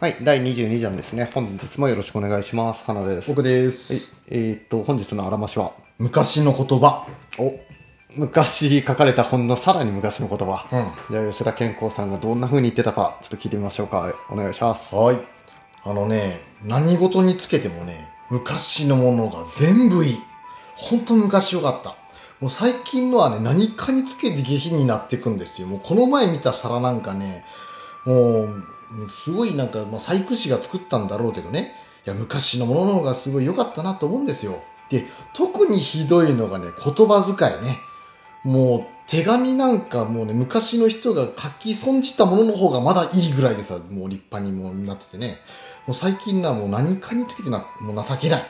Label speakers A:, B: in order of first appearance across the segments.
A: はい、第22弾ですね。本日もよろしくお願いします。花です。
B: 僕で
A: はい
B: す。、
A: えーっと、本日のあらましは、
B: 昔の言葉。
A: お昔書かれた本のさらに昔の言葉。
B: う
A: じゃあ、吉田健康さんがどんな風に言ってたか、ちょっと聞いてみましょうか。お願いします。
B: はい。あのね、何事につけてもね、昔のものが全部いい。ほんと昔よかった。もう最近のはね、何かにつけて下品になっていくんですよ。もうこの前見た皿なんかね、もう、すごいなんか、まあ、細工師が作ったんだろうけどね、いや、昔のものの方がすごい良かったなと思うんですよ。で、特にひどいのがね、言葉遣いね。もう手紙なんかもうね、昔の人が書き損じたものの方がまだいいぐらいでさ、もう立派にもうなっててね。もう最近な、もう何かにつけてな、もう情けない。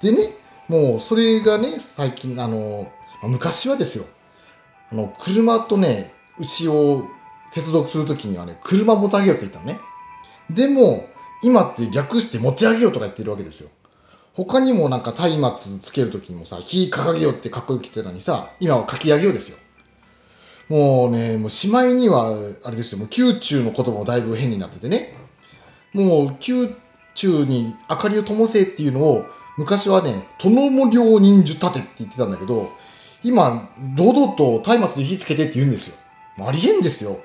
B: でね、もうそれがね、最近、あの、まあ昔はですよ。あの、車とね、牛を接続するときにはね、車持ってあげようって言ったのね。でも、今って略して持ってあげようとか言ってるわけですよ。他にもなんか松明つけるときにもさ、火掲げようってかっこよく言ってたのにさ、今はかき上げようですよ。もうね、もうしまいには、あれですよ、もう宮中の言葉もだいぶ変になっててね。もう宮中に明かりを灯せっていうのを、昔はね、殿も両人樹立てって言ってたんだけど、今、堂々と松明に火つけてって言うんですよ。もうありえんですよ。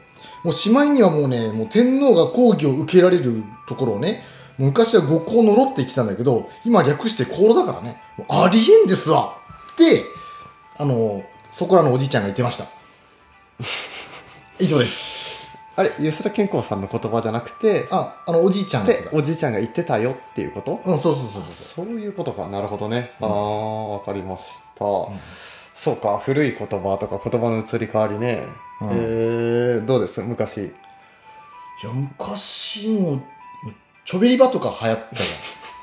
B: もうしまいにはもうね、もう天皇が講義を受けられるところをね、もう昔は五行のろって言ってたんだけど、今略して香炉だからね、もうありえんですわって、あの、そこらのおじいちゃんが言って ました。以上です。
A: あれ、吉田健康さんの言葉じゃなくて、
B: あ、あの、おじいちゃんのやつ
A: で
B: が、。
A: おじいちゃんが言ってたよっていうこと
B: うん、そうそうそうそう。
A: そういうことか。なるほどね。
B: うん
A: ああ、わかりました。
B: ん
A: そうか、古い言葉とか言葉の移り変わりね。
B: うん
A: えー、どうです昔。
B: いや、昔も、ちょびり場とか流行ったじゃん。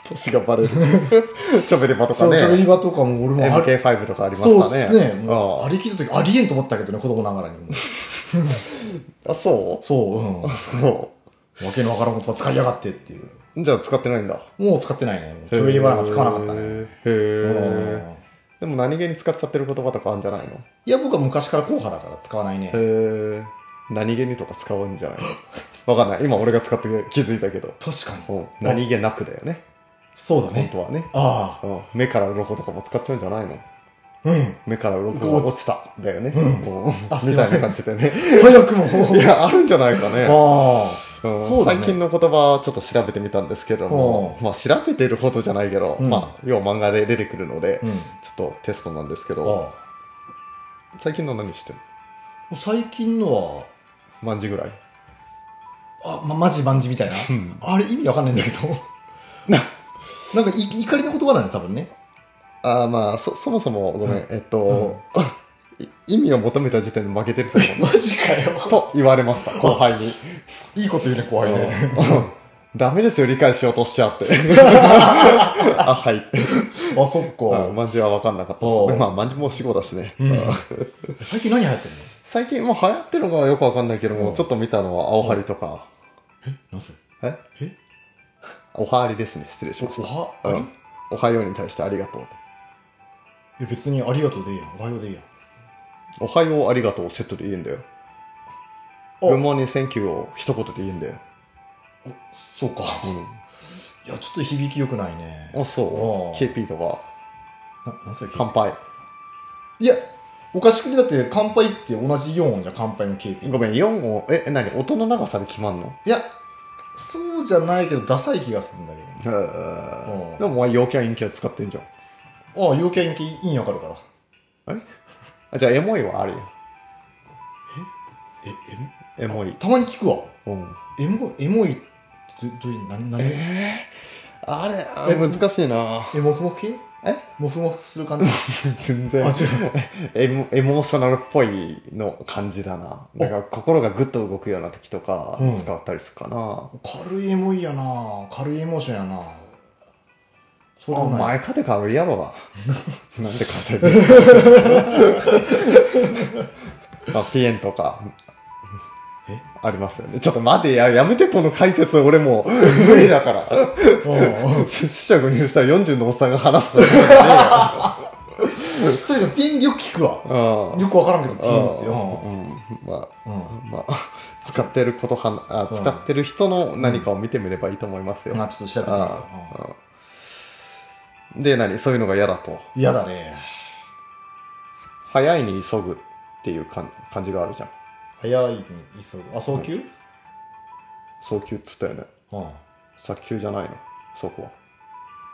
A: 年がバ レる。チョベレバとか
B: そう、ちょびり
A: ね。
B: 場とかも俺もある
A: MK5 とかありま
B: そ
A: し
B: う
A: たね。
B: ですね。もう
A: あ
B: ありきの時、ありえんと思ったけどね、子供ながらにも。
A: あ、そ
B: そ
A: う
B: う、
A: あ、そ
B: うん。わけのわからん言葉使いやがってっていう。
A: う。じゃあ使ってないんだ。
B: もう使ってないね。もうちょびり場なんか使わなかった
A: へ
B: ね。
A: ーへ
B: う
A: ー
B: ん
A: でも何気に使っちゃってる言葉とかあるんじゃないの
B: いや、僕は昔から硬派だから使わないね。
A: へえ。何気にとか使うんじゃないのわかんない。今俺が使って気づいたけど。
B: 確かに。
A: うん何気なくだよね。
B: そうだ
A: 本
B: ね。
A: 当はね。
B: あ
A: うん目から鱗とかも使っちゃうんじゃないの
B: あ。うん。
A: 目から鱗が落ちた。だよね。うん
B: あ
A: み
B: すいま
A: たい
B: せ
A: なん感じでね。
B: 早くも。
A: いや、あるんじゃないかね。
B: あ
A: うん
B: そうだね
A: 最近の言葉ちょっと調べてみたんですけども、まあ調べてるほどじゃないけど、
B: うん
A: まあ要は漫画で出てくるので、
B: あ。うん。
A: ちょっとテストなんですけど、
B: あ
A: 最近の何してる
B: あ。最近のは、
A: 万字ぐらい。
B: あ、ま、マジマンジみたいな。あれ意味わかんないんだけど。なんかい怒りの言葉だね、多分ね。
A: ああまあそ、そもそもごめん、
B: うん
A: えっと、 い意味を求めた時点で負けてると思
B: マジかよ
A: う。 と言われました、後輩に。
B: いいこと言うね、怖いね。
A: うん ダメですよ、理解しようとしちゃ って。あ、はい。
B: あ、そっ
A: うん
B: か。
A: 万字は分かんなかったです
B: う
A: ね。
B: ん
A: まあ、万字も死後だしね。
B: うん最近何流行ってる
A: 最近もう流行ってるのかはよくわかんないけども、
B: うん
A: ちょっと見たのは青張りとか、
B: のなぜ
A: え
B: え
A: おはありですね失礼し
B: お
A: ました
B: はあ
A: う
B: り
A: んおはように対してありがとう
B: いや別にありがとうでいいやん。おはようでいいやん。
A: おはようありがとうをセットで言えんだよ
B: あ
A: グッモーニングセンキューを一言で言えんだよ、
B: そうか。
A: う
B: いや、ちょっと響き良くないね。
A: ん、あそう
B: あ
A: KP とか
B: ななんすか
A: 乾杯
B: いや、おかしくね。だって、乾杯って同じ4音じゃん、乾杯の KP。
A: ごめん4をえ何音の長さで決まんの
B: いや、そうじゃないけど、ダサい気がするんだけ
A: へー
B: うん
A: でもお前陽キャ陰キャ使ってんじゃん
B: ど。ああ、陽キャ陰キャ意味わかるから。
A: あじゃあエモいはあるよ
B: え、
A: エモい
B: たまに聞くわ。
A: うん
B: エモ、エモいってど、どういう、な、なに、
A: えー、あれあ
B: え
A: 難しいな
B: え、モフモフ系
A: え
B: モフモフする感じ
A: 全然
B: あ、違う。
A: エモエモーショナルっぽいの感じだな。だから心がぐっと動くような時とか
B: うん
A: 使ったりするかな。
B: 軽いエモいやな軽いエモーションやなそう
A: お
B: だね。
A: 前かて軽いやろが。なんで稼いでるまあ、ピエンとか。
B: え
A: ありますよね。ちょっと待てや、やめてこの解説、俺もう無理だから。
B: うん
A: 拙者誤入したら40のおっさんが話すだけだ
B: そういうのピンよく聞くわ。
A: ね。うん。
B: よくわからんけど、ピンって。
A: うん。まあ、
B: うん。うん
A: まあ、使ってることはなあ
B: うん
A: 使ってる人の何かを見てみればいいと思いますよ、
B: まあちょっと調べてみよう
A: ああうんで何そういうのが嫌だと
B: うん嫌だね
A: 早いに急ぐっていう感感じがあるじゃん
B: 早いに急ぐあ早急、
A: 早急っつったよね
B: うんあ
A: 早急じゃないのそこ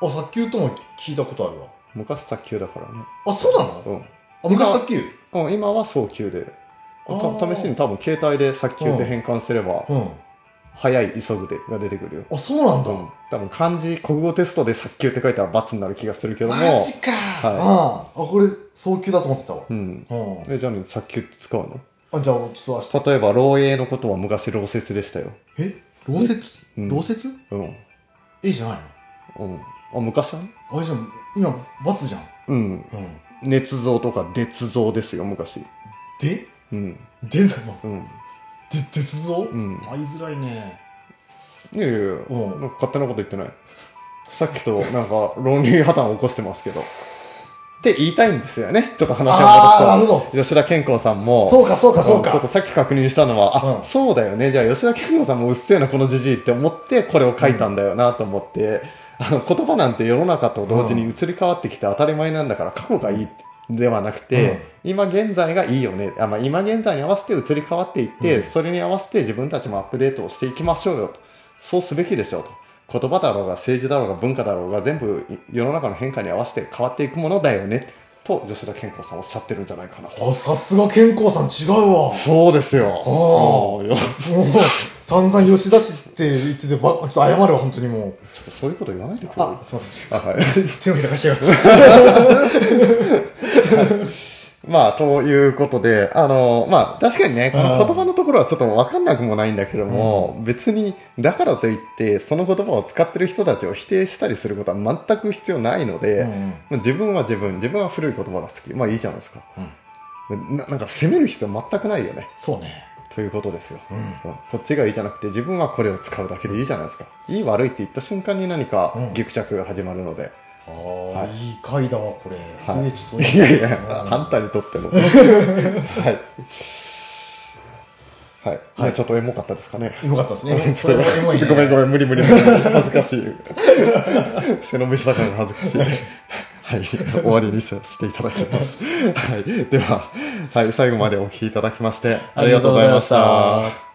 A: は
B: 早急とも聞いたことあるわ
A: 昔早急だからね
B: あそうなのあ昔早急
A: うん、うん、今は早急でた
B: あー
A: 試しに多分携帯で早急って変換すれば
B: うん
A: 早い急ぐでが出てくるよ
B: あそうなんだ、
A: うん多分漢字国語テストで早急って書いたら×になる気がするけど
B: マ
A: も
B: ジか、
A: はい
B: うんあこれ早急だと思ってたわ
A: うん
B: うん
A: えじゃあね早急って使うの
B: あじゃあちょっと明日
A: 例えば漏洩のことは昔漏説でしたよ
B: え老説
A: うん
B: 老説
A: うんうん
B: いいじゃない
A: あ昔はね
B: のあれじゃん今バツじゃん
A: うん
B: うん
A: 捏造とか捏造ですよ昔
B: で
A: うん
B: でなの
A: うん
B: で鉄道、
A: うん
B: 会いづらいね
A: いやいやいや
B: うん
A: なんか勝手なこと言ってないさっきとなんか論理破綻を起こしてますけどって言いたいんですよねちょっと話を
B: ああなる
A: 戻
B: ほ
A: すと吉田健康さんも
B: そうかそうかそう
A: あのちょっ
B: か
A: とさっき確認したのは、あ、
B: うん
A: そうだよね。じゃあ吉田健吾さんもうっせえな、このじじいって思って、これを書いたんだよなと思って、あの、言葉なんて世の中と同時に移り変わってきて当たり前なんだから、過去がいいではなくて、今現在がいいよね。あまあ、今現在に合わせて移り変わっていって、
B: うん
A: それに合わせて自分たちもアップデートをしていきましょうよと。そうすべきでしょうと。言葉だろうが政治だろうが文化だろうが全部い世の中の変化に合わせて変わっていくものだよね。と、吉田健吾さんおっしゃってるんじゃないかなと。
B: あさすが健康さん違うわ
A: そうですよ。
B: あ
A: うんよ
B: もう散々吉田氏って言っててばちょっと謝るわ本当にもう
A: ちょっとそういうこと言わないでくれる
B: あすいません
A: あはい。
B: 手を開かしやがって
A: まあ、ということで、あの、まあ、確かにね、この
B: うん
A: 言葉のところはちょっとわかんなくもないんだけども、別に、だからといって、その言葉を使ってる人たちを否定したりすることは全く必要ないので、
B: うん
A: まあ自分は自分、自分は古い言葉が好き。まあいいじゃないですか。ななんか責める必要全くないよね。
B: そうね
A: ということですよ、
B: うん
A: こっちがいいじゃなくて自分はこれを使うだけでいいじゃないですかいい悪いって言った瞬間に何か
B: うん
A: ぎくしゃくが始まるので、
B: ああ、、
A: はい
B: い回だわこれ、すげえちょっと
A: いやいや、
B: うん
A: あんたにとっての。はい。はい。まあちょっとエモかったですかね。
B: エモかっ たですね
A: ちょっと
B: エモいね
A: ごめんごめん、無理無理無理。恥ずかしい。背伸びしたから恥ずかしい。はい。終わりにさせていただきます。はい。では、はい。最後までお聞きいただきまして、ありがとうございました。
B: ありがとうございました